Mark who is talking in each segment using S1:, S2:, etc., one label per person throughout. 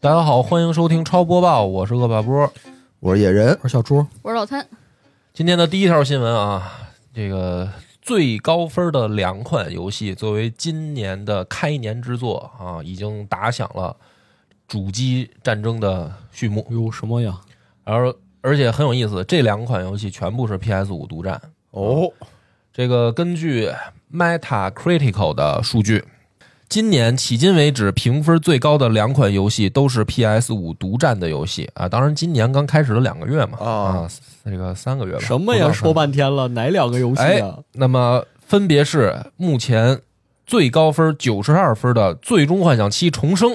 S1: 大家好，欢迎收听超播报，我是恶霸波。
S2: 我是野人，
S3: 我说小猪，
S4: 我是老参，
S1: 今天的第一条新闻啊，这个最高分的两款游戏作为今年的开年之作啊，已经打响了主机战争的序幕。
S3: 哟什么呀？
S1: 而而且很有意思，这两款游戏全部是 PS 五独占。
S2: 哦，
S1: 这个根据 Metacritical 的数据，今年迄今为止评分最高的两款游戏都是 PS 五独占的游戏啊。当然，今年刚开始了两个月嘛，
S2: 啊
S1: 啊，这个三个月吧。
S3: 什么
S1: 不
S3: 呀？
S1: 到三
S3: 说半天了，哪两个游戏
S1: 哎
S3: 啊？，
S1: 那么分别是目前最高分九十二分的《最终幻想七重生》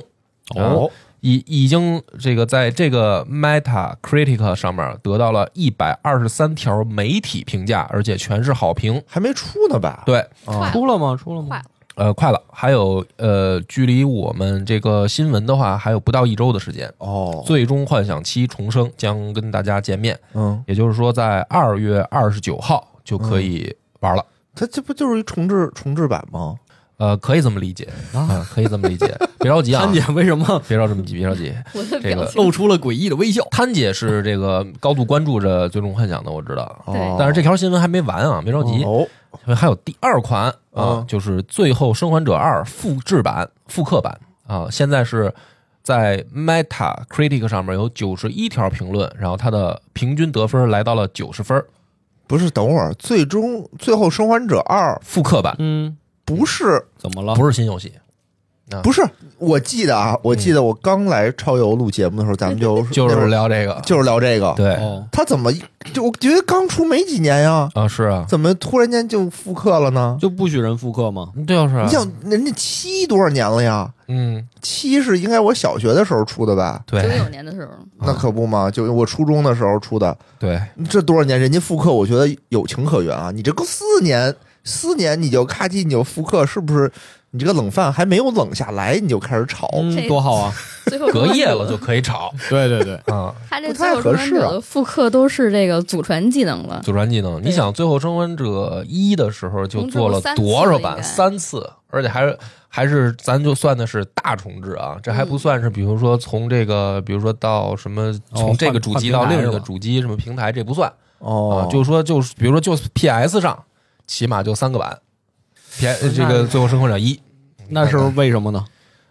S1: 啊
S2: 哦，
S1: 已已经这个在这个 Meta Critic 上面得到了一百二十三条媒体评价，而且全是好评。
S2: 还没出呢吧？
S1: 对，
S4: 快了，
S3: 哎出了吗？出了
S4: 快
S3: 吗
S4: 了？，
S1: 呃，快了，还有呃，距离我们这个新闻的话，还有不到一周的时间，
S2: 哦，
S1: 《最终幻想七重生》将跟大家见面，
S2: 嗯，
S1: 也就是说，在二月二十九号就
S3: 嗯
S1: 可以玩了。
S2: 它这不就是一重置重置版吗？
S1: 呃，可以这么理解啊、
S3: 啊！
S1: 可以这么理解，别着急啊
S3: 三，姐为 什么
S1: 别着这么急，别着急。
S4: 我的
S1: 这
S4: 表
S1: 个
S4: 情
S3: 露出了诡异的微笑？
S1: 摊姐是这个高度关注着《最终幻想》的，我知道，
S4: 对
S2: 哦
S1: 但是这条新闻还没完啊，别着急，
S2: 哦，
S1: 还有第二款啊，
S2: 嗯
S1: 就是《最后生还者二》复制版、复刻版啊，现在是在 Meta Critic 上面有九十一条评论，然后它的平均得分来到了九十分，
S2: 不是，等会儿，最终最后生还者二
S1: 复刻版啊
S3: 嗯，
S2: 不是
S3: 怎么了？
S1: 不是新游戏，
S2: 不是，我记得啊，我记得我刚来超游录节目的时候，咱们就
S1: 嗯就
S2: 那会
S1: 是
S2: 儿
S1: 聊这个，
S2: 就是聊这个，
S1: 对
S3: 哦，
S2: 他怎么就我觉得刚出没几年呀，
S1: 啊，是啊，
S2: 怎么突然间就复刻了呢？
S3: 就不许人复刻吗？
S1: 对就是啊
S2: 你，想人家七多少年了呀？
S1: 嗯，
S2: 七是应该我小学的时候出的吧？
S4: 九
S1: 对
S4: 九年的时候，
S2: 那可不嘛，就我初中的时候出的，
S1: 对，
S2: 这多少年人家复刻，我觉得有情可原啊！你这个四年，四年你就咔叽你就复刻，是不是？你这个冷饭还没有冷下来，你就开始炒，
S3: 嗯，
S4: 这
S3: 多好啊！
S4: 最后
S1: 隔夜了就可以炒
S3: 对对对，
S1: 啊。
S4: 他这
S2: 不
S4: 最
S2: 太
S4: 后
S2: 合
S4: 生还
S2: 适啊
S4: 者的复刻都是这个祖传技能了，
S1: 祖传技能。你
S4: 对
S1: 想，《最后生还者一》的时候就做了多少版？三
S4: 重置过三
S1: 次，而且还是还是咱就算的是大重置啊，这还不算是比如说从这个，比如说到什么从这个主机到
S3: 换
S1: 另一个
S3: 换平台
S1: 主机什么平台，这不算啊。
S2: 哦
S1: 就说就是比如说就是 PS 上，起码就三个版。P 这个《最后生还者一》，
S3: 那是为什么呢？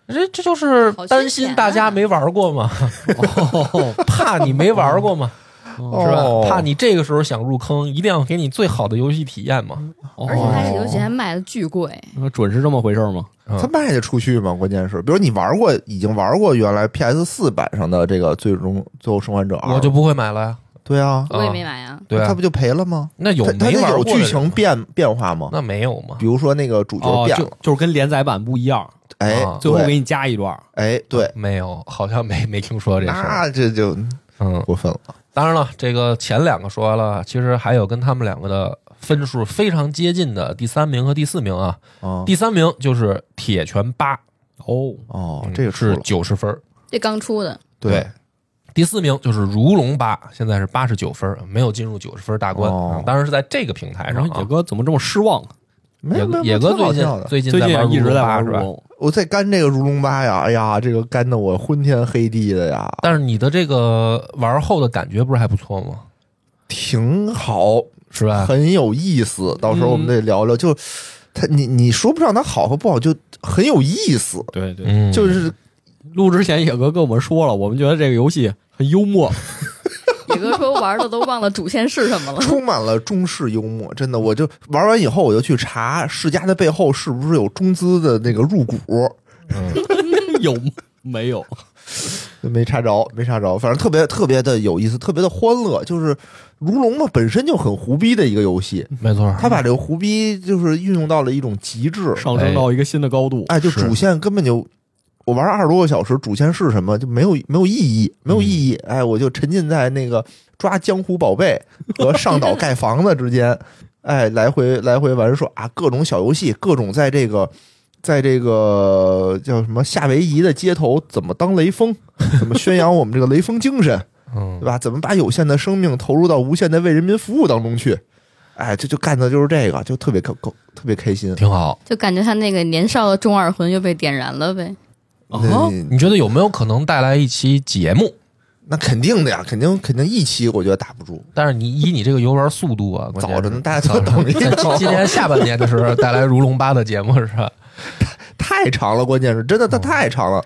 S1: 这这就是
S4: 好新
S1: 担心
S4: 鲜
S1: 大家
S4: 啊
S1: 没玩过嘛，
S3: 哦，
S1: 怕你没玩过 嘛，
S3: 哦
S1: 是吧
S2: 哦？
S1: 怕你这个时候想入坑，一定要给你最好的游戏体验嘛。
S3: 哦
S4: 而且开始游戏还卖的巨贵，
S3: 那准是这么回事吗？
S1: 嗯
S2: 它卖得出去吗？关键是，比如你玩过，已经玩过原来 PS 四版上的这个《最终最后生还者二》，
S1: 我就不会买了呀。
S2: 对啊，
S4: 我也没买啊。
S1: 对啊
S2: 它，不就赔了吗？
S1: 那有
S2: 它它
S1: 没
S2: 那
S1: 玩
S2: 有
S1: 过的
S2: 剧
S1: 人
S2: 情变变化吗？
S1: 那没有吗
S2: 比？如说那个主角
S3: 哦，
S2: 变
S3: 就
S2: 了，
S3: 就是跟连载版不一样，
S2: 哎
S1: 啊，
S3: 最后
S2: 对
S3: 给你加一段。
S2: 哎对，
S1: 没有，好像没没听说这事儿。
S2: 那这就
S1: 嗯，
S2: 过分了。
S1: 当然了，这个前两个说完了，其实还有跟他们两个的分数非常接近的第三名和第四名啊。
S2: 啊
S1: 第三名就是《铁拳八》，
S3: 哦，
S2: 哦
S1: 嗯，
S2: 这个出
S1: 是
S2: 了，
S1: 九十分儿。
S4: 这刚出的，
S2: 对，
S1: 第四名就是《如龙八》，现在是八十九分儿，没有进入九十分大关。
S2: 哦
S1: 嗯当然是在这个平台
S3: 哎然
S1: 上
S3: 后野
S1: 啊。
S3: 哥怎么这么失望？
S2: 没
S1: 野
S2: 有没
S1: 哥
S2: 有
S1: 野哥
S2: 挺好
S1: 最
S2: 挺
S1: 近最近
S2: 好的
S3: 最
S1: 在
S3: 近
S1: 玩
S3: 一直在玩
S1: 《如龙八》是吧？
S3: 龙，
S2: 我在干这个如龙八呀，哎呀，这个干的我昏天黑地的呀，
S1: 但是你的这个玩后的感觉不是还不错吗？
S2: 挺好，
S1: 是 吧？
S2: 很有意思。到时候我
S1: 嗯
S2: 们得聊聊，就他你你说不上他好和不好，就很有意思，
S3: 对对，
S1: 嗯，
S2: 就是
S3: 录之前野哥跟我们说了，我们觉得这个游戏很幽默，
S4: 野哥说玩的都忘了主线是什 么了，
S2: 充满了中式幽默。真的，我就玩完以后，我就去查世家的背后是不是有中资的那个入股，
S1: 嗯
S3: 有没有？
S2: 没查着，没查着，反正特别特别的有意思，特别的欢乐。就是如龙嘛，本身就很胡逼的一个游戏，
S1: 没错儿。
S2: 他把这个胡逼就是运用到了一种极致，
S3: 上升到一个新的高度。
S2: 哎，就是主线根本就我玩二十多个小时，主线是什么就没有没有意义，没有意义。哎，我就沉浸在那个抓江湖宝贝和上岛盖房子之间，哎，来回来回玩耍、啊，各种小游戏，各种在这个。在这个叫什么夏威夷的街头，怎么当雷锋？怎么宣扬我们这个雷锋精神，
S1: 嗯
S2: 对，吧？怎么把有限的生命投入到无限的为人民服务当中去？哎，这就干的就是这个，就特别可特别开心。
S1: 挺好。
S4: 就感觉他那个年少的中二魂又被点燃了呗。
S3: 啊
S2: 那
S1: 你觉得有没有可能带来一期节目？
S2: 那肯定的呀，肯定肯定一期我觉得打不住，
S1: 但是你以你这个游玩速度啊，关键
S2: 早着呢，
S1: 是
S2: 大家都等一
S1: 在 今
S2: 等，
S1: 今年下半年的时候带来如龙八的节目是吧？
S2: 太长了，关键是真
S1: 嗯
S2: 的它太长了，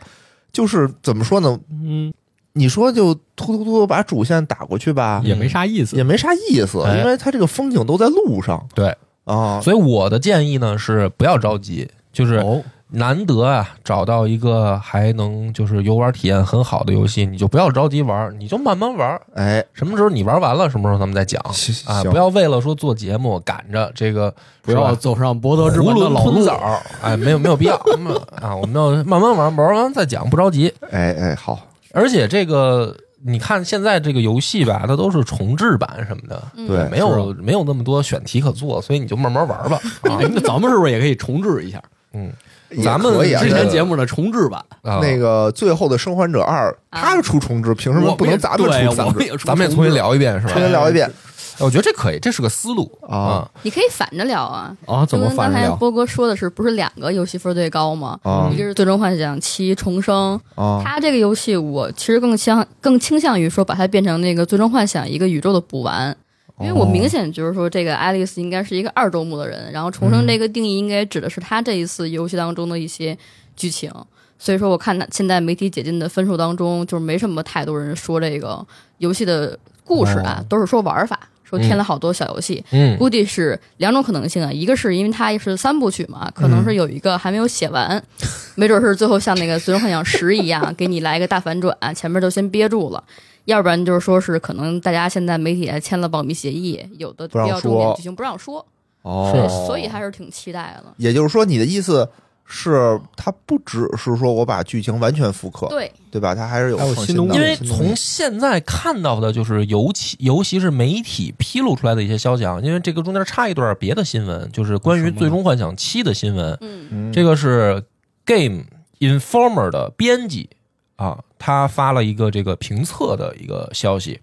S2: 就是怎么说呢？
S3: 嗯，
S2: 你说就突突突把主线打过去吧，
S3: 也没啥意思
S2: 也。没啥意思，
S1: 哎
S2: 因为它这个风景都在路上
S1: 对，
S2: 啊。
S1: 所以我的建议呢是不要着急，就是
S3: 哦，
S1: 难得啊找到一个还能就是游玩体验很好的游戏，你就不要着急玩，你就慢慢玩。
S2: 哎，
S1: 什么时候你玩完了，什么时候咱们再讲
S2: 行
S1: 啊！
S2: 行
S1: 不要为了说做节目赶着这个
S3: 不要
S1: 是吧
S3: 走上博德之
S1: 囫
S3: 门的
S1: 囵
S3: 老
S1: 吞
S3: 路。
S1: 枣，哎，没有没有必要嗯啊！我们要慢慢玩，玩完再讲，不着急。
S2: 哎哎，好，
S1: 而且这个你看现在这个游戏吧，它都是重置版什么的，
S4: 嗯
S2: 对啊
S1: 没有没有那么多选题可做，所以你就慢慢玩吧。啊
S3: 哎，那咱们是不是也可以重 置一下
S1: 嗯
S2: 也
S1: 咱们
S2: 可以啊
S1: 对
S3: 之
S2: 这
S3: 前
S2: 个
S3: 节目的重置版？
S1: 啊，
S2: 那个最后的《生还者二》，
S4: 啊
S2: 他出重置，凭什么不能咱们
S3: 对
S2: 出重
S3: 我们
S2: 置？
S3: 也出
S1: 咱们也重新
S3: 置
S1: 聊一遍是吧哎
S2: 重？新聊一遍
S1: 我觉得这可以，这是个思路
S2: 啊
S1: 啊。
S4: 你可以反着聊啊。
S3: 啊？
S4: 就
S3: 怎么
S4: 跟
S3: 反
S4: 刚
S3: 着
S4: 才
S3: 聊？
S4: 波哥说的是，不是两个游戏分儿最高吗？
S2: 啊
S3: 嗯
S4: 一个是《最终幻想七重生》，
S2: 啊！
S4: 它这个游戏我其实更相更倾向于说把它变成那个《最终幻想》一个宇宙的补完，因为我明显就是说这个爱丽丝应该是一个二周目的人，然后重生这个定义应该指的是她这一次游戏当中的一些剧情。所以说，我看那现在媒体解禁的分数当中，就是没什么太多人说这个游戏的故事啊，都是说玩法，说添了好多小游戏。
S1: 嗯
S4: 估计是两种可能性啊，一个是因为它是三部曲嘛，可能是有一个还没有写完，没准是最后像那个《最终幻想十》一样，给你来一个大反转，前面就先憋住了。要不然就是说是可能大家现在媒体还签了保密协议，有的
S2: 不
S4: 必
S2: 让
S4: 要重点
S2: 说
S4: 剧情不让说，
S1: 是
S2: 哦，
S4: 所以还是挺期待的。
S2: 也就是说，你的意思是，它不只是说我把剧情完全复刻，
S4: 对，
S2: 对吧？它还是有
S3: 还有
S2: 创新
S3: 新东
S2: 的，
S3: 西
S1: 因为
S2: 新东西
S1: 从现在看到的就是尤其尤其是媒体披露出来的一些消息啊，因为这个中间插一段别的新闻，就是关于《最终幻想七》的新闻。
S4: 嗯，
S2: 嗯
S1: 这个是 Game Informer 的编辑啊，他发了一个这个评测的一个消息，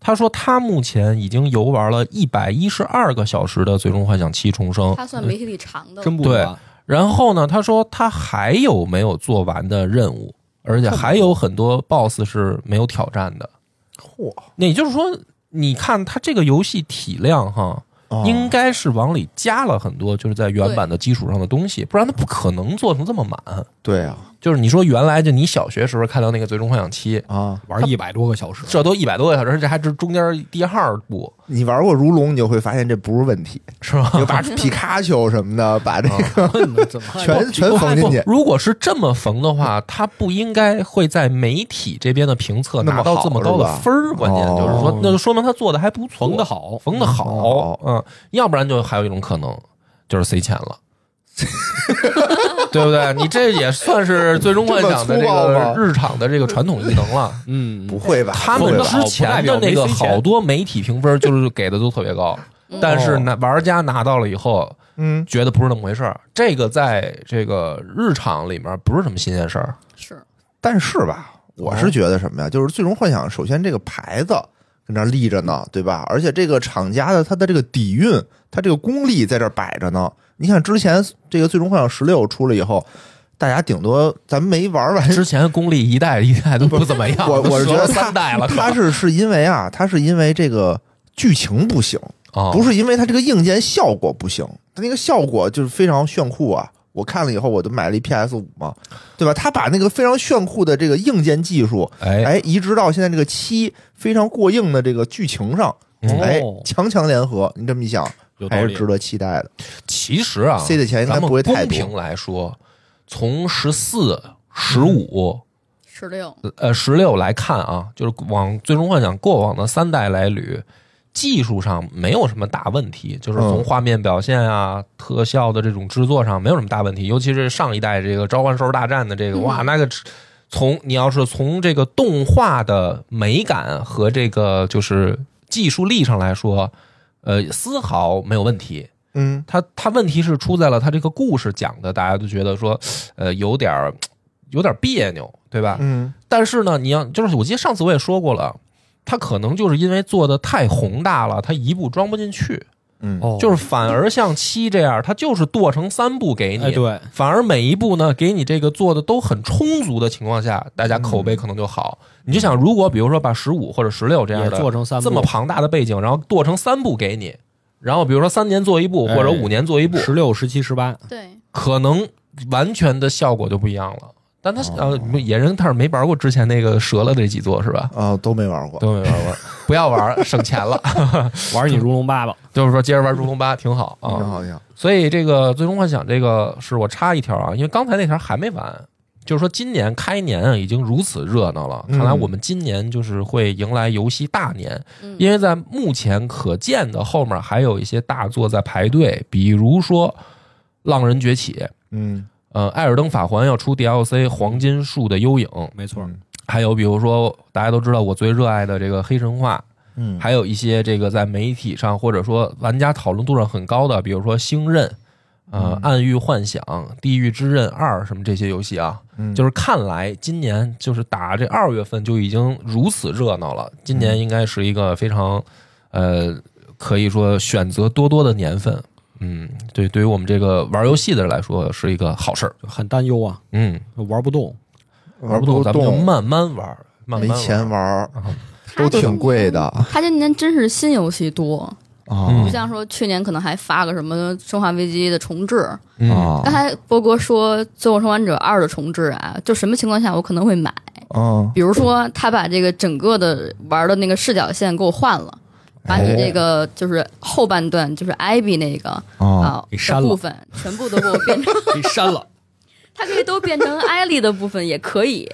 S1: 他说他目前已经游玩了一百一十二个小时的《最终幻想七重生》，
S4: 它算媒体里长的了，
S3: 真不
S1: 对
S3: 管
S1: 然后呢，他说他还有没有做完的任务，而且还有很多 BOSS 是没有挑战的。
S2: 嚯，
S1: 那也就是说，你看它这个游戏体量哈，
S2: 哦
S1: 应该是往里加了很多，就是在原版的基础上的东西，不然它不可能做成这么满。
S2: 对啊
S1: 就是你说原来就你小学时候看到那个《最终幻想七》，
S2: 啊！
S3: 玩一百多个小时，
S1: 这都一百多个小时，这还是中间第二部
S2: 你玩过如龙，你就会发现这不是问 题，
S1: 是吧？
S2: 你就把皮卡丘什么的，把这个啊
S3: 怎么
S2: 全全缝进去，
S1: 如果是这么缝的话，它不应该会在媒体这边的评测
S2: 那么
S1: 拿到这么高的
S2: 好是吧
S1: 分儿。关键
S2: 哦
S1: 就是说，那就说明他做的还不错，
S3: 缝的好，
S1: 缝的好
S2: 好，
S1: 嗯，要不然就还有一种可能就是塞钱 了。对不对？你这也算是最终幻想的这
S2: 这么粗暴
S1: 个
S2: 吗
S1: 日常的这个传统异能了。
S3: 嗯，
S2: 不会吧？
S1: 他
S2: 不
S1: 们
S2: 会吧
S1: 之前的那个好多媒体评分就是给的都特别高，
S4: 嗯
S1: 但是呢，玩家拿到了以后
S2: 嗯，
S1: 觉得不是那么回事儿。这个在这个日常里面不是什么新鲜事儿。
S4: 是
S2: 但是吧，我是觉得什么呀？就是《最终幻想》，首先这个牌子跟那儿立着呢，对吧？而且这个厂家的它的这个底蕴，它这个功力在这儿摆着呢。你想之前这个《最终幻想十六》出了以后，大家顶多咱没 玩完。
S1: 之前功力一代一代都不怎么样，
S2: 哎 我我是觉
S1: 折了
S2: 得他
S1: 三代了，
S2: 它是是因为啊，它是因为这个剧情不行，
S1: 啊
S2: 不是因为它这个硬件效果不行，它那个效果就是非常炫酷啊！我看了以后，我就买了一 PS 五嘛，对吧？它把那个非常炫酷的这个硬件技术，
S1: 哎，
S2: 哎，移植到现在这个七非常过硬的这个剧情上，
S1: 嗯
S2: 哎，强强联合，你这么一想，
S3: 有道
S2: 还
S3: 理
S2: 是。值得期待的。
S1: 其实啊，
S2: 塞的钱应该
S1: 咱们
S2: 不会太
S1: 公
S2: 多
S1: 平来说，从十四、十五、
S4: 十六，
S1: 呃十六来看啊，就是往最终幻想过往的三代来捋，技术上没有什么大问题，就是从
S2: 嗯
S1: 画面表现啊、特效的这种制作上没有什么大问题，尤其是上一代这个召唤兽大战的这个，
S4: 嗯
S1: 哇，那个从你要是从这个动画的美感和这个就是技术力上来说，呃，丝毫没有问题。
S2: 嗯，
S1: 他他问题是出在了他这个故事讲的，大家都觉得说，呃，有点儿有点儿别扭，对吧？
S2: 嗯，
S1: 但是呢，你要就是我记得上次我也说过了，他可能就是因为做的太宏大了，他一步装不进去。
S2: 嗯，
S3: 哦，
S1: 就是反而像七这样，它就是剁成三部给你，
S3: 哎，对，
S1: 反而每一步呢，给你这个做的都很充足的情况下，大家口碑可能就好。你就想，如果比如说把十五或者十六这样
S3: 也
S1: 的
S3: 哎做成三部
S1: 这么庞大的背景，然后剁成三部给你，然后比如说三年做一部
S3: 哎
S1: 或者五年做一部，
S3: 十六、十七、十八，
S4: 对，
S1: 可能完全的效果就不一样了。但他呃
S2: 哦，
S1: 野人他是没玩过之前那个折了这几座是吧？
S2: 啊，都没玩过，
S1: 都没玩过，不要玩，省钱了。
S3: 玩你如龙八吧。
S1: 就是说，接着玩《如龙八》挺好啊，
S2: 挺好挺好。
S1: 所以这个《最终幻想》这个是我插一条啊，因为刚才那条还没完，就是说今年开年啊已经如此热闹了，
S2: 嗯
S1: 看来我们今年就是会迎来游戏大年，
S4: 嗯
S1: 因为在目前可见的后面还有一些大作在排队，比如说《浪人崛起》。
S2: 嗯，
S1: 呃，《艾尔登法环》要出 DLC《黄金树的幽影》，
S3: 没错，
S2: 嗯
S1: 还有比如说大家都知道我最热爱的这个《黑神话》，
S2: 嗯，
S1: 还有一些这个在媒体上或者说玩家讨论度上很高的，比如说《星刃》、呃《
S2: 嗯
S1: 暗域幻想》、《地狱之刃二》什么这些游戏啊，
S2: 嗯
S1: 就是看来今年就是打这二月份就已经如此热闹了，今
S2: 嗯
S1: 年应该是一个非常呃可以说选择多多的年份。嗯，对，对于我们这个玩游戏的人来说是一个好事儿。
S3: 很担忧啊，
S1: 嗯，
S3: 玩 不动。
S1: 玩不动咱们就慢慢玩，慢慢
S2: 没
S1: 玩啊
S2: 钱玩儿，
S4: 它
S2: 都
S4: 今
S2: 挺贵的
S4: 他今年真是新游戏多，
S3: 嗯
S2: 啊
S4: 不像说去年可能还发个什么《生化危机》的重置。
S3: 哦
S1: 嗯，
S2: 啊
S4: 刚才波哥说《最后生还者二》的重置啊，就什么情况下我可能会买？
S2: 啊！
S4: 比如说他把这个整个的玩的那个视角线给我换了。把
S3: 哎
S4: 你这个就是后半段，就是艾比那个啊
S3: 哦给删了
S4: 的部分，全部都给我变成，
S3: 给删了，
S4: 它可以都变成艾丽的部分，也可以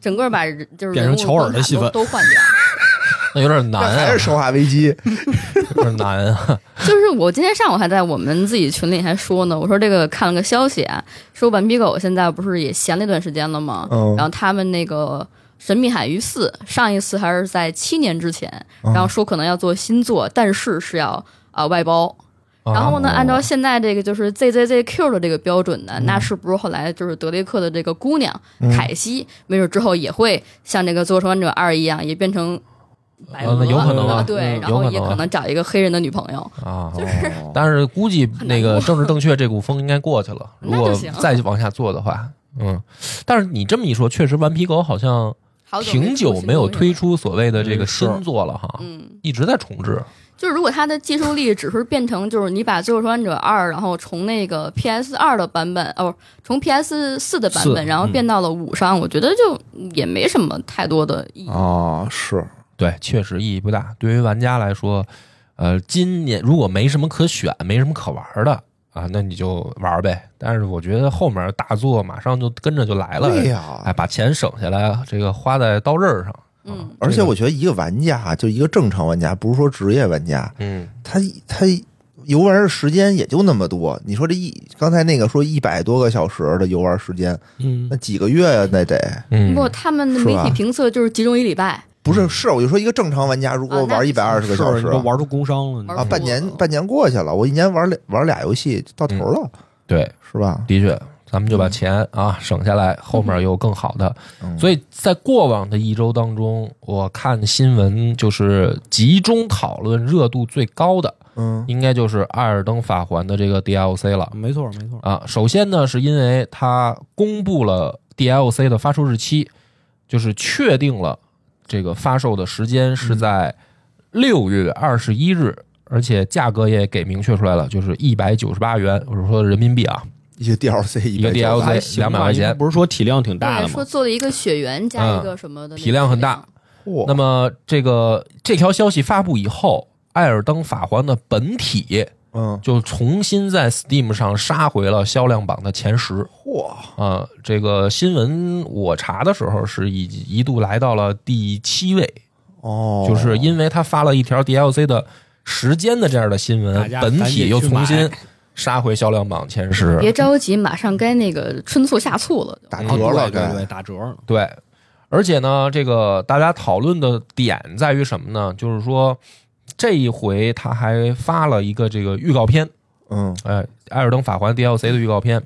S4: 整个把人就是
S3: 变
S4: 人
S3: 成
S4: 物
S3: 乔尔
S4: 关
S3: 的
S4: 卡
S3: 戏份
S4: 都都换掉。
S1: 那有点难
S2: 那
S1: 啊
S2: 还是，生化危机
S1: 有点难啊。
S4: 就是我今天上午还在我们自己群里还说呢，我说这个看了个消息啊，说顽皮狗现在不是也闲了一段时间了吗？
S2: 嗯
S4: 然后他们那个《神秘海域四》上一次还是在七年之前，
S2: 嗯
S4: 然后说可能要做新作，但是是要啊、呃外包。
S1: 啊
S2: 哦
S4: 然后呢，按照现在这个就是 ZZZQ 的这个标准呢，
S2: 嗯
S4: 那是不是后来就是德雷克的这个姑娘、凯西，没准之后也会像这个《最后生还者二》一样，也变成白
S1: 呃
S4: 俄、
S1: 那有可能啊
S4: 对，
S1: 嗯
S4: 然
S1: 有
S4: 后
S1: 可
S4: 也
S1: 能啊
S4: 可能找一个黑人的女朋友。
S1: 啊，
S2: 哦
S4: 就是
S1: 但是估计
S4: 哦很难
S1: 那个政治正确这股风应该过去了。如
S4: 那就
S1: 果
S4: 行
S1: 再往下做的话，嗯，但是你这么一说，确实顽皮狗好像
S4: 好久
S1: 挺久没有推出
S4: 出
S1: 所谓的这个
S3: 嗯是
S1: 新作了哈，
S4: 新东西了。嗯，
S1: 一直在重置。
S4: 就是如果它的技术力只是变成就是你把《最后生还者二》，然后从那个 PS 二的版本哦，从 PS 四的版
S3: 四
S4: 本，然后
S3: 嗯
S4: 变到了五上，我觉得就也没什么太多的意义。
S1: 哦
S2: 啊，是
S1: 对，确实意义不大。对于玩家来说，呃，今年如果没什么可选，没什么可玩的啊，那你就玩呗。但是我觉得后面大作马上就跟着就来了，
S2: 对呀
S1: 哎，，把钱省下来，这个花在刀刃上。
S4: 嗯，
S2: 而且我觉得一个玩家，啊就一个正常玩家，不是说职业玩家，
S1: 嗯，
S2: 他他游玩的时间也就那么多。你说这一刚才那个说一百多个小时的游玩时间，
S3: 嗯
S2: 那，几个月呀、那得
S1: 嗯
S4: 不过他们的
S2: 是
S4: 媒
S2: 吧
S4: 体评测就是集中一礼拜，
S2: 不是是，我就说一个正常玩家，如果
S4: 哦那
S2: 玩一百二十
S3: 是
S2: 个小
S3: 你
S2: 时
S3: 都玩出工伤了，你
S4: 玩
S2: 啊，
S4: 不
S2: 半
S4: 过
S2: 年
S4: 了
S2: 半年过去了，我一年玩俩玩俩游戏就到头了，
S1: 对，
S2: 是吧？
S1: 的确，咱们就把钱啊省下来，后面有更好的。
S2: 嗯
S1: 所以在过往的一周当中，我看新闻就是集中讨论热度最高的，
S2: 嗯
S1: 应该就是《艾尔登法环》的这个 DLC 了
S3: 没错没错，
S1: 啊。首先呢，是因为它公布了 DLC 的发售日期，就是确定了这个发售的时间是在六月二十一日。而且价格也给明确出来了，就是一百九十八元，我是说人民币啊，
S2: 一个 DLC
S1: 一个
S2: 190
S1: DLC
S3: 还行吧
S1: 200块钱
S3: 因为不是说体量挺大的
S4: 对，
S3: 吗
S4: 说？做了一个血缘加一个什么的那个、
S1: 嗯体量很大那
S2: 嚯，
S1: 么这个这条消息发布以后，《艾尔登法环》的本体
S2: 嗯
S1: 就重新在 Steam 上杀回了销量榜的前十
S2: 嚯，
S1: 啊、这个新闻我查的时候是一一度来到了第七位，
S2: 哦，
S1: 就是因为他发了一条 DLC 的时间的这样的新
S3: 大
S1: 闻，
S3: 家
S1: 本体又重
S3: 赶紧
S1: 新
S3: 去
S1: 杀回销量榜前十。
S4: 别着急，马上该那个春促夏促了。
S2: 打
S3: 啊
S2: 折了，
S3: 对对
S2: 该
S3: 对，打折了，
S1: 嗯对，而且呢，这个大家讨论的点在于什么呢？就是说这一回他还发了一个这个预告片，
S2: 嗯
S1: 哎，《艾尔登法环》DLC 的预告片。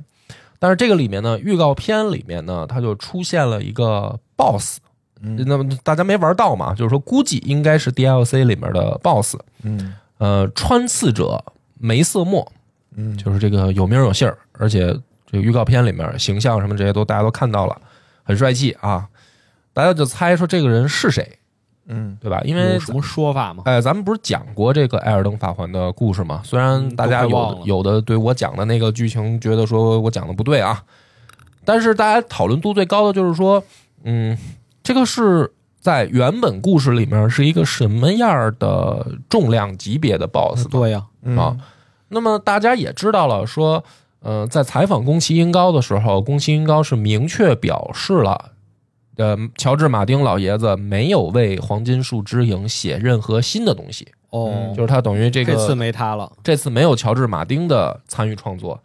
S1: 但是这个里面呢，预告片里面呢，它就出现了一个 BOSS，
S2: 嗯
S1: 那么大家没玩到嘛，就是说估计应该是 DLC 里面的 BOSS，
S2: 嗯
S1: 呃，穿刺者梅瑟莫，
S2: 嗯，
S1: 就是这个有名有姓儿，而且这个预告片里面形象什么这些都大家都看到了，很帅气啊，大家就猜说这个人是谁，
S2: 嗯
S1: 对吧？因为
S3: 有什么说法吗？
S1: 哎，咱们不是讲过这个《艾尔登法环》的故事吗？虽然大家
S3: 嗯都快忘
S1: 有
S3: 了
S1: 有的对我讲的那个剧情觉得说我讲的不对啊，但是大家讨论度最高的就是说，嗯，这个是在原本故事里面是一个什么样的重量级别的 BOSS 吗？
S3: 对呀，
S2: 嗯
S1: 啊那么大家也知道了，说，呃，在采访宫崎英高的时候，宫崎英高是明确表示了，呃，乔治马丁老爷子没有为《黄金树之影》写任何新的东西，
S3: 哦，
S1: 就是他等于嗯这个
S3: 次没他了，
S1: 这次没有乔治马丁的参与创作。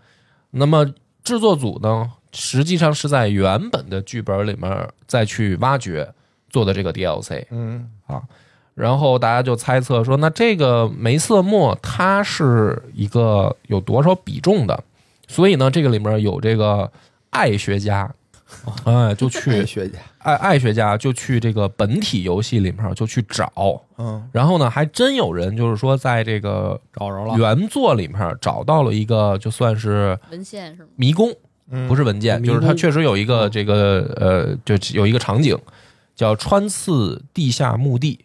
S1: 那么制作组呢，实际上是在原本的剧本里面再去挖掘做的这个 DLC。
S2: 嗯
S1: 啊然后大家就猜测说，那这个梅瑟莫它是一个有多少比重的？所以呢，这个里面有这个爱学家，哎，就去
S2: 学家，
S1: 爱爱学家就去这个本体游戏里面就去找，
S2: 嗯
S1: 然后呢，还真有人就是说在这个
S3: 找着了，
S1: 原作里面找到了一个就算是
S4: 文献是吗？
S1: 迷宫，
S2: 嗯，
S1: 不是文件，
S3: 迷
S1: 就是
S3: 宫
S1: 它确实有一个
S3: 哦
S1: 这个呃，就有一个场景叫穿刺地下墓地，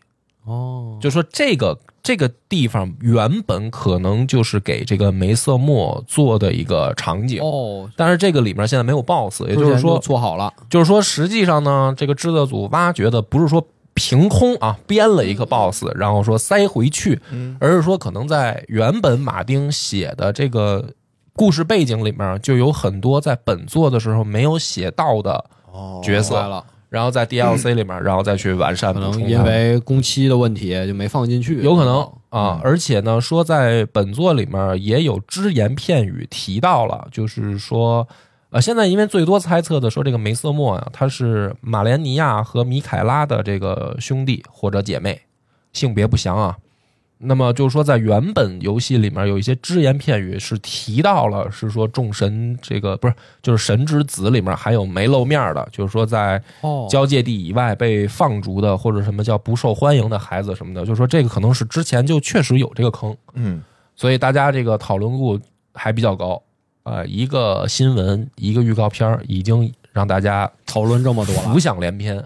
S3: 哦，
S1: 就说这个这个地方原本可能就是给这个梅瑟莫做的一个场景，
S3: 哦，
S1: 但是这个里面现在没有 BOSS，也就是说，
S3: 做好了，
S1: 就是说实际上呢，这个制作组挖掘的不是说凭空啊编了
S3: 嗯
S1: 一个 BOSS，然后说塞回去，
S2: 嗯，
S1: 而是说可能在原本马丁写的这个故事背景里面就有很多在本作的时候没有写到的，
S2: 哦，
S1: 角色
S3: 明白了，嗯
S1: 然后在 DLC 里面，然后再去完善
S3: 可
S1: 补
S3: 能
S1: 充
S3: 因
S1: 它。
S3: 为工期的问题就没放进去，
S1: 有可能啊。而且呢，说在本作里面也有只言片语提到了，就是说，呃，现在因为最多猜测的说这个梅瑟莫啊，他是马莲尼亚和米凯拉的这个兄弟或者姐妹，性别不详啊。那么就是说，在原本游戏里面有一些只言片语是提到了，是说众神这个不是就是神之子里面还有没露面的，就是说在
S3: 哦，
S1: 交界地以外被放逐的，或者什么叫不受欢迎的孩子什么的，就是说这个可能是之前就确实有这个坑，
S2: 嗯
S1: 所以大家这个讨论度还比较高。呃，一个新闻，一个预告片儿已经让大家
S3: 讨论这么多了
S1: 浮，想联翩。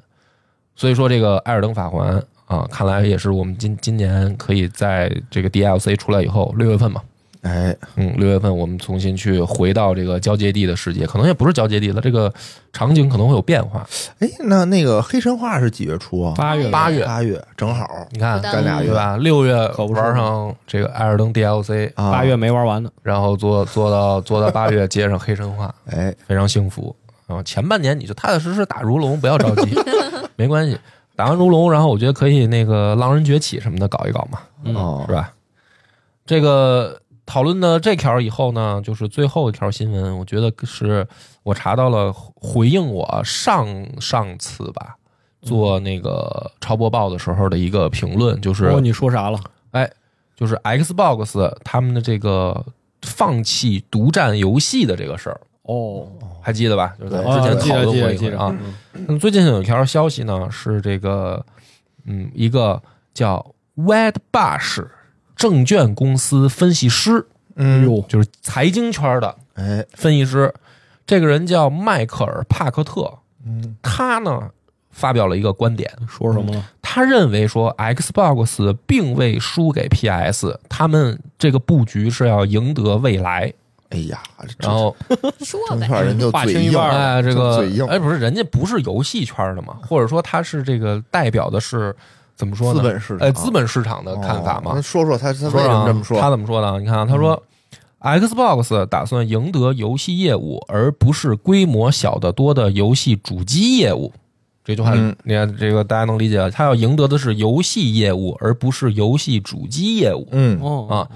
S1: 所以说，这个《艾尔登法环》啊，看来也是我们今今年可以在这个 DLC 出来以后，六月份嘛，
S2: 哎，
S1: 嗯，六月份我们重新去回到这个交界地的世界，可能也不是交界地了，这个场景可能会有变化。
S2: 哎，那那个黑神话是几月初啊？
S4: 哎
S3: 八月
S1: 八月
S2: 八月，正好。
S1: 你看，
S4: 不耽误
S2: 俩月
S1: 对吧？六月
S3: 可不是吗
S1: 玩上这个艾尔登 DLC，
S2: 啊，
S3: 八月，没玩完呢，
S1: 然后做做到做到八月接上黑神话，
S2: 哎，
S1: 非常幸福。啊，前半年你就踏踏实实打如龙，不要着 急，没关系。打完如龙，然后我觉得可以那个狼人崛起什么的搞一搞嘛，
S3: 嗯
S2: 哦
S1: 是，吧？这个讨论的这条以后呢，就是最后一条新闻，我觉得是我查到了回应我上上次吧做
S3: 嗯
S1: 那个超播报的时候的一个评论，就是
S3: 哦，你说啥了？
S1: 就是 Xbox 他们的这个放弃独占游戏的这个事儿，
S3: 哦，
S1: 还记得吧？就是咱
S2: 对
S1: 们之前
S3: 记
S1: 讨
S3: 得
S1: 论
S3: 记
S1: 过
S3: 得
S1: 一
S3: 记
S1: 回
S3: 得
S1: 啊。，
S3: 嗯
S1: 那么最近有一条消息呢，是这个，嗯，一个叫 Wed Bush 证券公司分析师，
S2: 嗯，
S3: 哟，
S1: 就是财经圈的
S2: 哎，
S1: 分析师，这个人叫迈克尔·帕克特，
S2: 嗯，
S1: 他呢发表了一个观点，
S3: 说什么了？
S1: 他认为说 Xbox 并未输给 PS，他们这个布局是要赢得未来。
S2: 哎呀，这
S1: 然后，
S4: 说
S2: 证
S4: 呗，
S2: 券人就
S3: 话
S2: 嘴
S3: 听一
S2: 硬，
S3: 半
S1: 哎，这个
S2: 嘴硬，
S1: 哎，不是，人家不是游戏圈的嘛，或者说他是这个代表的是怎么说呢？
S2: 资本市场，
S1: 哎，资本市场的看法
S2: 哦
S1: 嘛
S2: 那。说说他他
S1: 说
S2: 为什
S1: 啊
S2: 么这么说？嗯
S1: 他怎么说的啊？你看啊，他说。Xbox 打算赢得游戏业务，而不是规模小得多的游戏主机业务。这句话，
S2: 嗯
S1: 你看这个大家能理解啊？他要赢得的是游戏业务，而不是游戏主机业务。
S2: 嗯
S3: 哦
S1: 啊，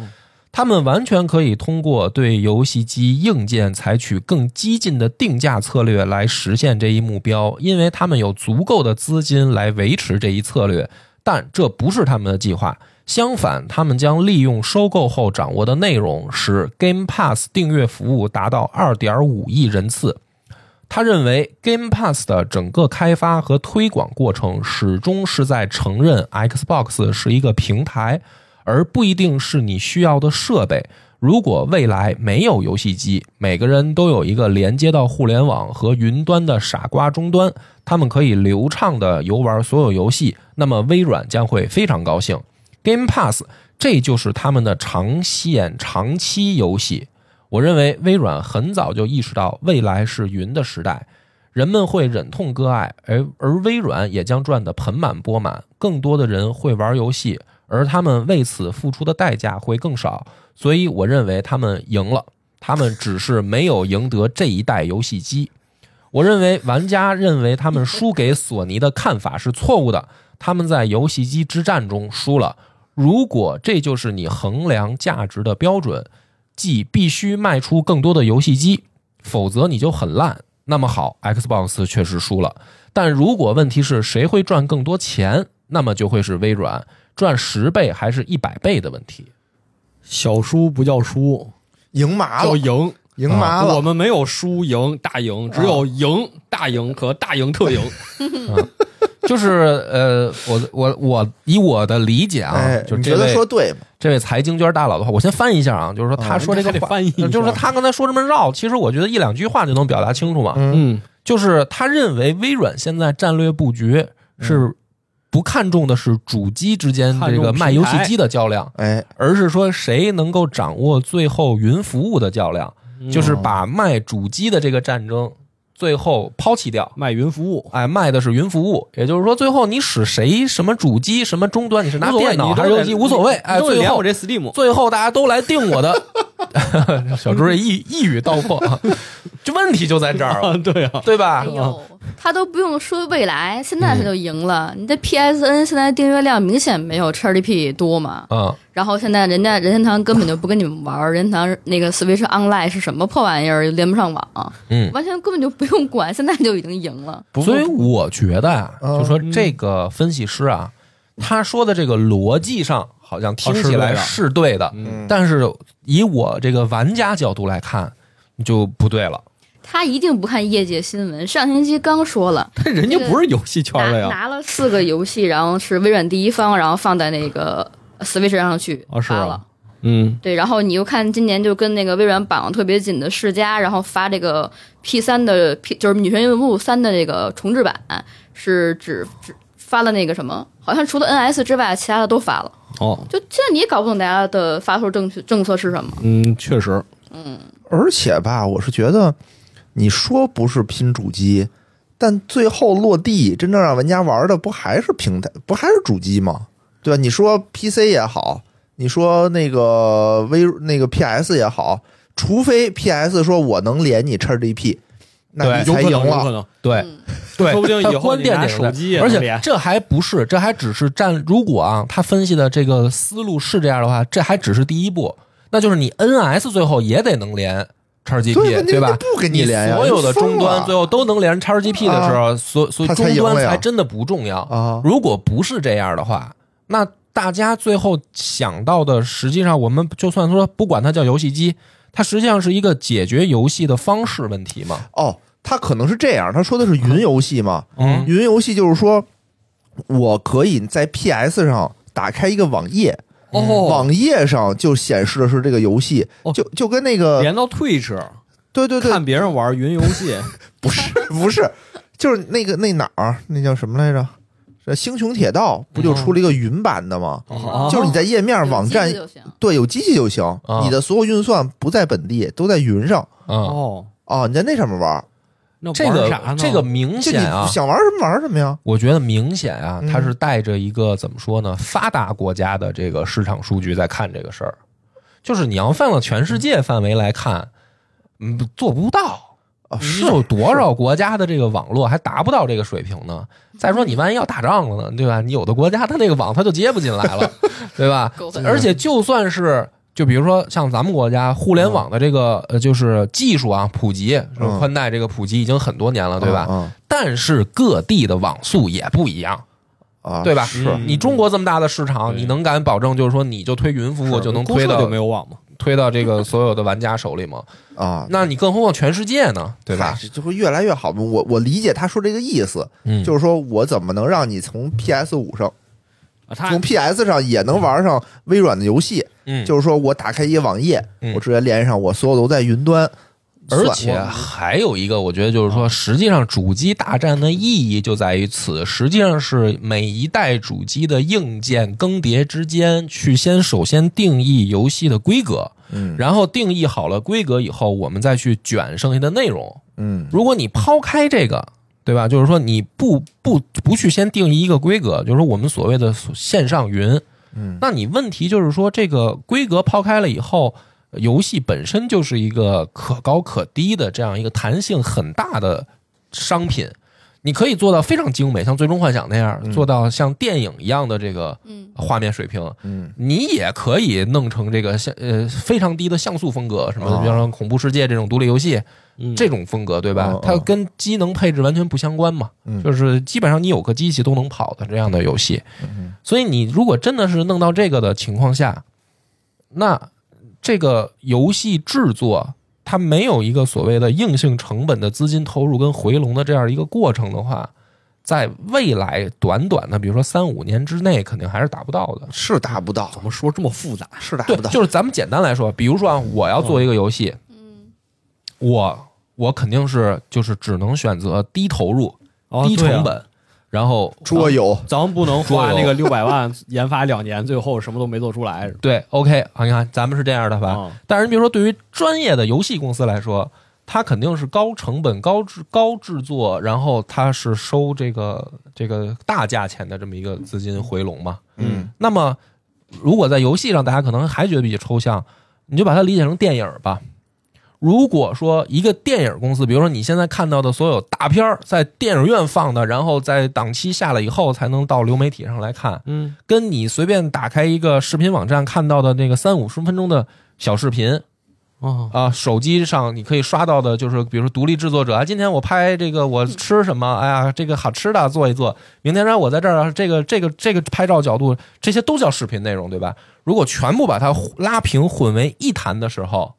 S1: 他们完全可以通过对游戏机硬件采取更激进的定价策略来实现这一目标，因为他们有足够的资金来维持这一策略。但这不是他们的计划，相反，他们将利用收购后掌握的内容，使 Game Pass 订阅服务达到2.5亿人次。他认为 Game Pass 的整个开发和推广过程始终是在承认 Xbox 是一个平台，而不一定是你需要的设备。如果未来没有游戏机，每个人都有一个连接到互联网和云端的傻瓜终端，他们可以流畅的游玩所有游戏，那么微软将会非常高兴。Game Pass，这就是他们的长线长期游戏。我认为微软很早就意识到未来是云的时代，人们会忍痛割爱，而而微软也将赚得盆满钵满，更多的人会玩游戏，而他们为此付出的代价会更少。所以我认为他们赢了，他们只是没有赢得这一代游戏机。我认为玩家认为他们输给索尼的看法是错误的，他们在游戏机之战中输了。如果这就是你衡量价值的标准，即必须卖出更多的游戏机，否则你就很烂。那么好，Xbox 确实输了，但如果问题是谁会赚更多钱，那么就会是微软赚十倍还是一百倍的问题。
S3: 小输不叫输，
S2: 赢麻
S3: 叫
S1: 啊
S2: 了，
S3: 赢。啊
S2: 赢麻
S3: 我
S2: 了，
S3: 们没有输赢大赢，只有赢大赢和大赢特赢。
S1: 就是呃，我我我以我的理解啊，
S2: 哎，
S1: 就
S2: 你
S1: 这
S2: 觉得
S1: 位
S2: 说对吗？
S1: 这位财经圈大佬的话，我先翻译一下啊，就是说他说这个
S3: 哦得
S1: 话，
S3: 翻译一下，
S1: 就是说他刚才说这么绕，其实我觉得一两句话就能表达清楚嘛。
S2: 嗯，
S3: 嗯，
S1: 就是他认为微软现在战略布局
S3: 嗯
S1: 是不看重的是主机之间这个卖游戏机的较量，
S2: 哎，
S1: 而是说谁能够掌握最后云服务的较量，
S3: 嗯
S1: 就是把卖主机的这个战争最后抛弃掉。
S3: 卖云服务，
S1: 哎，卖的是云服务，也就是说，最后你使谁什么主机、什么终端，你是拿
S3: 无所谓
S1: 电脑
S3: 你都
S1: 还是
S3: 得
S1: 游戏机无所谓。
S3: 你
S1: 哎，
S3: 都得
S1: 最
S3: 连我
S1: 后
S3: 这 Steam，
S1: 最后大家都来定我的。小猪这一一语道破，啊，就问题就在这儿了，
S3: 啊对 啊，
S1: 对吧
S4: 哎？呦，他都不用说未来，现
S3: 嗯
S4: 在他就赢了。你的 PSN 现在订阅量明显没有 XGP 多嘛？
S1: 嗯，
S4: 然后现在人家任天堂根本就不跟你们玩儿，任天堂那个 Switch Online 是什么破玩意儿，连不上网，
S1: 嗯
S4: 完全根本就不用管，现在就已经赢了。
S1: 所以我觉得啊，
S2: 嗯
S1: 就说这个分析师啊，他说的这个逻辑上好像听起来
S3: 啊
S1: 是对的，
S2: 嗯
S1: 但是以我这个玩家角度来看，就不对了。
S4: 他一定不看业界新闻。上星期刚说了，
S3: 但人家不是游戏圈
S4: 拿
S3: 的呀，
S4: 拿了四个游戏，然后是微软第一方，然后放在那个 Switch 上去
S3: 啊是
S4: 发
S3: 啊
S4: 了。
S3: 嗯，
S4: 对，然后你又看今年就跟那个微软绑得特别紧的世嘉，然后发这个 P 三的 P 就是《女神异闻录三》的这个重置版，是只只发了那个什么，好像除了 NS 之外，其他的都发了。
S3: 哦，
S4: 就现在你也搞不懂大家的发售政政策是什么。
S3: 嗯，确实，
S2: 而且吧，我是觉得你说不是拼主机，但最后落地真正让玩家玩的不还是平台，不还是主机吗？对吧？你说 PC 也好，你说那个微那个 PS 也好，除非 PS 说我能连你 XGP，那你
S3: 有
S2: 才
S3: 可
S2: 赢
S3: 能，有可
S2: 了。
S3: 能，
S1: 对，
S4: 嗯
S1: 对，
S3: 说不定以
S1: 它
S3: 后
S1: 关
S3: 你
S1: 键
S3: 拿
S1: 点
S3: 手
S1: 在
S3: 机也
S1: 而
S3: 能
S1: 且
S3: 连
S1: 这还不是，这还只是占。如果啊，他分析的这个思路是这样的话，这还只是第一步，那就是你 NS 最后也得能连 XGP，
S2: 对，
S1: 对吧？
S2: 不跟你连呀，
S1: 所有的
S2: 你疯
S1: 终端
S2: 了
S1: 最后都能连 XGP 的时候，所所以
S2: 它才
S1: 终端
S2: 赢了呀
S1: 才真的不重要。
S2: 啊，
S1: 如果不是这样的话，那大家最后想到的，实际上我们就算说不管它叫游戏机，它实际上是一个解决游戏的方式问题嘛。
S2: 哦，他可能是这样，他说的是云游戏嘛，
S1: 嗯
S2: 云游戏就是说，我可以在 PS 上打开一个网页，
S3: 哦，
S2: 网页上就显示的是这个游戏，
S3: 哦
S2: 就就跟那个
S3: 连到 Twitch
S2: 对对对，
S3: 看别人玩云游戏，
S2: 不是不是，就是那个那哪儿那叫什么来着？是《星穹铁道》不就出了一个云版的吗？
S1: 嗯
S3: 哦
S2: 就是你在页面网站
S4: 有机子就行。
S2: 对有机器就行，
S1: 啊
S2: 你的所有运算不在本地，都在云上
S1: 嗯，
S3: 哦，
S2: 啊，你在那上面哦玩，
S3: 那
S1: 这
S3: 玩啥
S1: 个
S3: 呢
S1: 这个明
S2: 就你
S1: 显啊，
S2: 想玩什么玩什么呀？
S1: 我觉得明显啊，
S2: 嗯
S1: 它是带着一个怎么说呢，发达国家的这个市场数据在看这个事儿，就是你要放到全世界范围来看，嗯，做不到。
S2: 啊，
S1: 你
S2: 是
S1: 有多少国家的这个网络还达不到这个水平呢？再说你万一要打仗了呢，对吧？你有的国家它那个网它就接不进来 了，对吧
S4: 狗啃？
S1: 而且就算是就比如说像咱们国家互联网的这个呃就是技术啊普及，是吧
S2: 嗯
S1: 宽带这个普及已经很多年了，对吧？
S2: 啊
S1: 但是各地的网速也不一样，
S2: 啊，
S1: 对吧
S2: 是
S3: 嗯
S1: 你中国这么大的市场，
S3: 对
S1: 你能敢保证就是说你就推云服务
S3: 是
S1: 就能
S3: 公
S1: 推
S3: 社
S1: 到
S3: 就没有网嘛，
S1: 推到这个所有的玩家手里 吗？
S2: 啊，
S1: 那你更何况全世界呢，对
S2: 嗨
S1: 吧？
S2: 这就会越来越好嘛。我我理解他说这个意思，
S1: 嗯，
S2: 就是说我怎么能让你从 PS 五上，
S3: 啊他
S2: 从 PS 上也能玩上微软的游戏？
S1: 嗯，
S2: 就是说我打开一个网页，
S1: 嗯
S2: 我直接连上，我所有都在云端。
S1: 而
S2: 算
S1: 且还有一个，我觉得就是
S3: 啊
S1: 说，实际上主机大战的意义就在于此，实际上是每一代主机的硬件更迭之间，去先首先定义游戏的规格，
S2: 嗯
S1: 然后定义好了规格以后，我们再去卷剩下的内容。
S2: 嗯
S1: 如果你抛开这个，对吧？就是说你不不不去先定义一个规格，就是说我们所谓的线上云，
S2: 嗯
S1: 那你问题就是说，这个规格抛开了以后，游戏本身就是一个可高可低的这样一个弹性很大的商品。你可以做到非常精美，像《最终幻想》那
S2: 嗯
S1: 样，做到像电影一样的这个
S4: 嗯
S1: 画面水平。
S2: 嗯
S1: 你也可以弄成这个像呃非常低的像素风格，什么
S2: 哦
S1: 比方说《恐怖世界》这种独立游戏
S3: 嗯
S1: 这种风格，对吧
S2: 哦哦？
S1: 它跟机能配置完全不相关嘛。
S2: 嗯，
S1: 就是基本上你有个机器都能跑的这样的游戏
S2: 嗯。
S1: 所以你如果真的是弄到这个的情况下，那这个游戏制作它没有一个所谓的硬性成本的资金投入跟回笼的这样一个过程的话，在未来短短的比如说三五年之内，肯定还是达不到的。
S2: 是达不到，
S3: 怎么说这么复杂？
S2: 是达
S1: 对
S2: 不，到。
S1: 就是咱们简单来说，比如说啊，我要做一个游戏，
S4: 嗯，
S1: 我我肯定是就是只能选择低投入、低成
S3: 对啊，
S1: 本，然后呃
S2: 桌游，
S3: 咱们不能花
S1: 桌游
S3: 那个六百万研发两年，最后什么都没做出来，
S1: 对，OK 啊，你看咱们是这样的
S3: 是
S1: 吧？？但是你比如说，对于专业的游戏公司来说，它肯定是高成本、高制、高制作，然后它是收这个这个大价钱的这么一个资金回笼嘛。
S2: 嗯
S1: 那么，如果在游戏上，大家可能还觉得比较抽象，你就把它理解成电影吧。如果说一个电影公司，比如说你现在看到的所有大片儿，在电影院放的，然后在档期下了以后才能到流媒体上来看，
S3: 嗯，
S1: 跟你随便打开一个视频网站看到的那个三五十分钟的小视频
S3: 哦，
S1: 啊，手机上你可以刷到的，就是比如说独立制作者啊，今天我拍这个我吃什么，哎呀，这个好吃的做一做，明天让我在这儿这个这个这个拍照角度，这些都叫视频内容，对吧？如果全部把它拉平混为一谈的时候，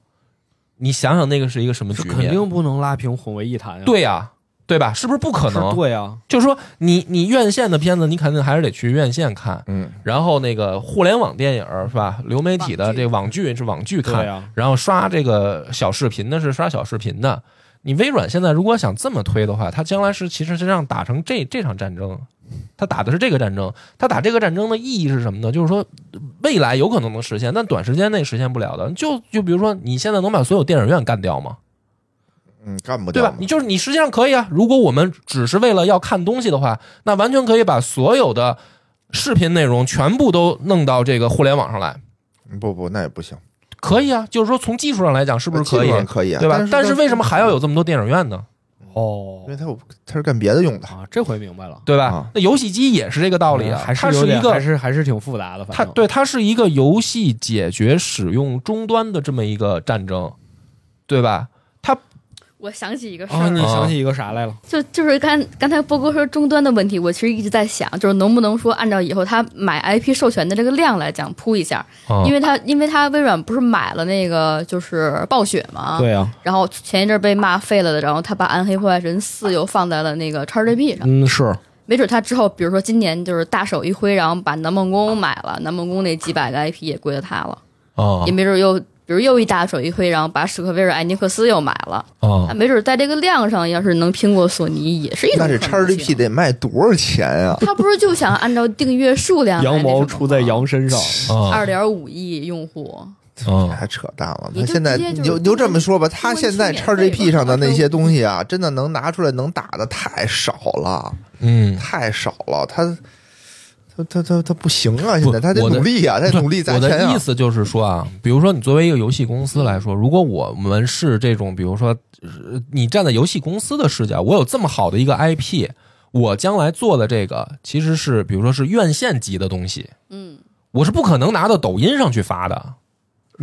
S1: 你想想那个是一个什么
S3: 这
S1: 局
S3: 肯
S1: 面？
S3: 定不能拉平混为一谈呀。
S1: 对呀、对吧？是不是不可
S3: 是，
S1: 能？
S3: 对啊呀，
S1: 就是说你你院线的片子，你肯定还是得去院线看。
S2: 嗯
S1: 然后那个互联网电影儿是吧？流媒体的
S4: 网剧
S1: 这网剧是网剧
S3: 对啊
S1: 看，
S3: 呀，
S1: 然后刷这个小视频的是刷小视频的。你微软现在如果想这么推的话，它将来是其实是让打成这这场战争，它打的是这个战争，它打这个战争的意义是什么呢？就是说未来有可能能实现，但短时间内实现不了的。就就比如说你现在能把所有电影院干掉吗？
S2: 嗯，干不
S1: 对
S2: 掉
S1: 吧？你就是你实际上可以啊。如果我们只是为了要看东西的话，那完全可以把所有的视频内容全部都弄到这个互联网上来，
S2: 嗯不不，那也不行，
S1: 可以啊。就是说从技术上来讲，是
S2: 是
S1: 不是可以？
S2: 可以啊，
S1: 对吧？但
S2: 是
S1: 是为什么还要有这么多电影院呢？
S3: 哦
S2: 因为它有它是干别的用的，
S3: 啊，这回明白了，
S1: 对吧
S2: 啊？
S1: 那游戏机也是这个道理啊，
S3: 嗯还
S1: 它
S3: 是有
S1: 是一
S3: 点，还
S1: 个。
S3: 是还是挺复杂的，反
S1: 它
S3: 正
S1: 对，它是一个游戏解决使用终端的这么一个战争，对吧？
S4: 我想起一个事
S2: 哦
S3: 啊，
S4: 儿，
S3: 你想起一个啥来了？
S4: 就就是刚刚才波哥说终端的问题，我其实一直在想，就是能不能说按照以后他买 IP 授权的这个量来讲铺一下，
S3: 嗯
S1: 啊
S4: 因为他因为他微软不是买了那个就是暴雪嘛，
S3: 对啊呀，
S4: 然后前一阵被骂废了的，然后他把《暗黑破坏神四》又放在了那个 XGP 上，
S3: 嗯，
S1: 啊
S3: 是
S4: 没准他之后，比如说今年就是大手一挥，然后把南梦宫买了，南梦宫那几百个 IP 也归了他了，
S3: 哦
S1: 啊
S4: 也没准又比如又一大手一挥，然后把史克威尔艾尼克斯又买了，
S1: 啊
S3: 哦
S4: 啊，没准在这个量上，要是能拼过索尼，也是一种
S2: 那这
S4: 可能性
S2: XGP 得卖多少钱啊呀？
S4: 他不是就想按照订阅数量
S3: 羊毛出在羊身上，
S1: 啊
S4: 二点五亿用户，
S1: 啊！
S2: 太扯淡了！
S4: 你
S2: 那
S4: 就
S2: 现在
S4: 直接
S2: 你
S4: 就是
S2: 就你就这么说吧，他现在
S4: 中文字
S2: XGP
S4: 典
S2: 上的那些东西啊，真的能拿出来能打的太少了，
S1: 嗯，
S2: 太少了。他他他他他不行啊！现
S1: 不
S2: 在他得
S1: 我的
S2: 努力啊，他得努力砸
S1: 我
S2: 钱
S1: 的意
S2: 啊！
S1: 思就是说啊，比如说你作为一个游戏公司来说，如果我们是这种，比如说、呃你站在游戏公司的视角，我有这么好的一个 IP，我将来做的这个其实是，比如说是院线级的东西，
S4: 嗯，
S1: 我是不可能拿到抖音上去发的。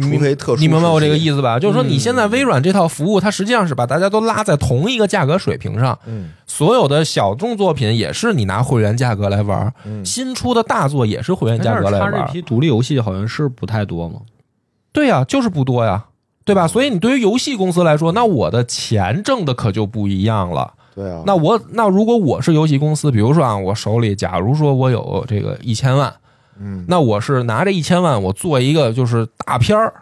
S2: 除非特殊，
S1: 你明白我这个意
S2: 思？
S1: 思吧？就是说，
S2: 嗯
S1: 你现在微软这套服务，它实际上是把大家都拉在同一个价格水平上，
S2: 嗯
S1: 所有的小众作品也是你拿会员价格来玩儿，
S2: 嗯，
S1: 新出的大作也是会员价格来玩儿。
S3: 批独立游戏好像是不太多嘛，
S1: 对呀、就是不多呀，对
S2: 嗯
S1: 吧？所以你对于游戏公司来说，那我的钱挣的可就不一样了。
S2: 对啊，
S1: 那我那如果我是游戏公司，比如说啊，我手里假如说我有这个一千万，
S2: 嗯，
S1: 那我是拿这一千万，我做一个就是大片儿，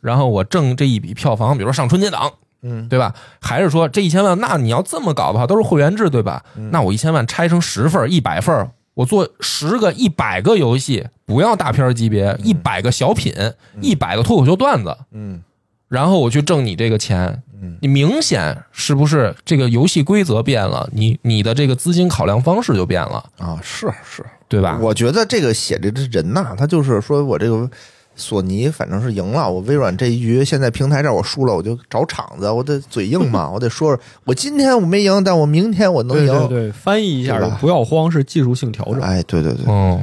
S1: 然后我挣这一笔票房，比如说上春节档，
S2: 嗯，
S1: 对吧？还是说这一千万，那你要这么搞的话，都是会员制，对吧？那我一千万拆成十份儿、一百份儿，我做十个、一百个游戏，不要大片儿级别，一百个小品，一百个脱口秀段子，
S2: 嗯
S1: 然后我去挣你这个钱。
S2: 嗯
S1: 你明显是不是这个游戏规则变了？你你的这个资金考量方式就变了，
S2: 啊，是是，
S1: 对吧？
S2: 我觉得这个写的这人呐，他就是说我这个索尼反正是赢了，我微软这一局现在平台这儿我输了，我就找场子，我得嘴硬 嘛，我得说说，我今天我没赢，但我明天我能
S3: 对
S2: 赢。
S3: 对对，翻译一下
S2: 对吧，
S3: 不要慌，是技术性调整。
S2: 哎，对对对，
S1: 嗯，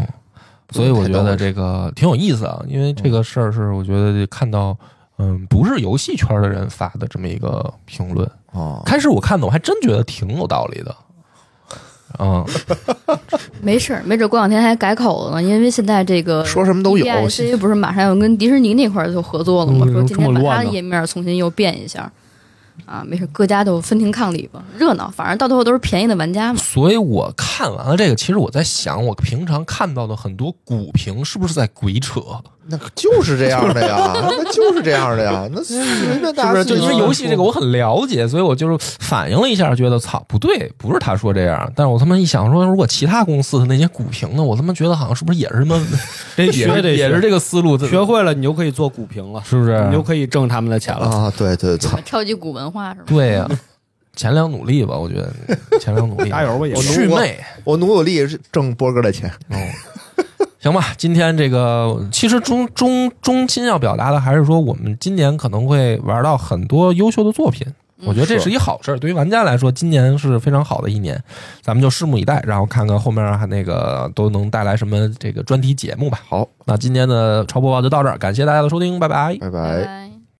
S1: 所以我觉
S2: 太逗
S1: 得
S2: 了
S1: 这个挺有意思啊，因为这个事儿是我觉得看到，嗯，不是游戏圈的人发的这么一个评论。
S2: 哦，
S1: 开始我看的，我还真觉得挺有道理的。嗯，
S4: 没事儿，没准过两天还改口了呢，因为现在这个
S2: 说什么都有。
S4: DIC ，E 不是马上要跟迪士尼那块儿就合作了吗？
S3: 嗯
S4: 说今
S3: 这
S4: 天
S3: 么
S4: 把
S3: 乱
S4: 它的
S3: 呢
S4: 页面重新又变一下。啊，没事，各家都分庭抗礼吧，热闹，反正到最后都是便宜的玩家嘛。
S1: 所以我看完了这个，其实我在想，我平常看到的很多股评是不是在鬼扯？
S2: 那可就是这样的 呀，那就是这样的呀，那随便大
S1: 不
S2: 家
S1: 是，
S2: 自
S1: 就
S2: 己
S1: 因为
S2: 说
S1: 游戏这个我很了解，所以我就是反应了一下，觉得操不对，不是他说这样。但是我他妈一想说，如果其他公司的那些股评呢，我他妈觉得好像是不是也是他妈
S3: 这
S1: 也
S3: 学
S1: 是
S3: 得
S1: 也是这个思路，
S3: 学会了，你就可以做股评了，
S1: 是不是？
S3: 你就可以挣他们的钱了。
S2: 啊，对对对，
S4: 超级古文化是吧？
S1: 对呀、前两努力吧，我觉得前两努 力，
S3: 加油吧，也
S1: 我
S3: 是。
S1: 祛魅。
S2: 我努努力是挣波哥的钱。
S1: 哦，行吧，今天这个其实中中中心要表达的还是说，我们今年可能会玩到很多优秀的作品。我觉得这嗯是一好事儿，对于玩家来说，今年是非常好的一年，咱们就拭目以待，然后看看后面还那个都能带来什么这个专题节目吧。好，那今天的超播报就到这儿，感谢大家的收听，拜拜。
S2: 拜
S4: 拜
S2: 拜。
S4: 拜。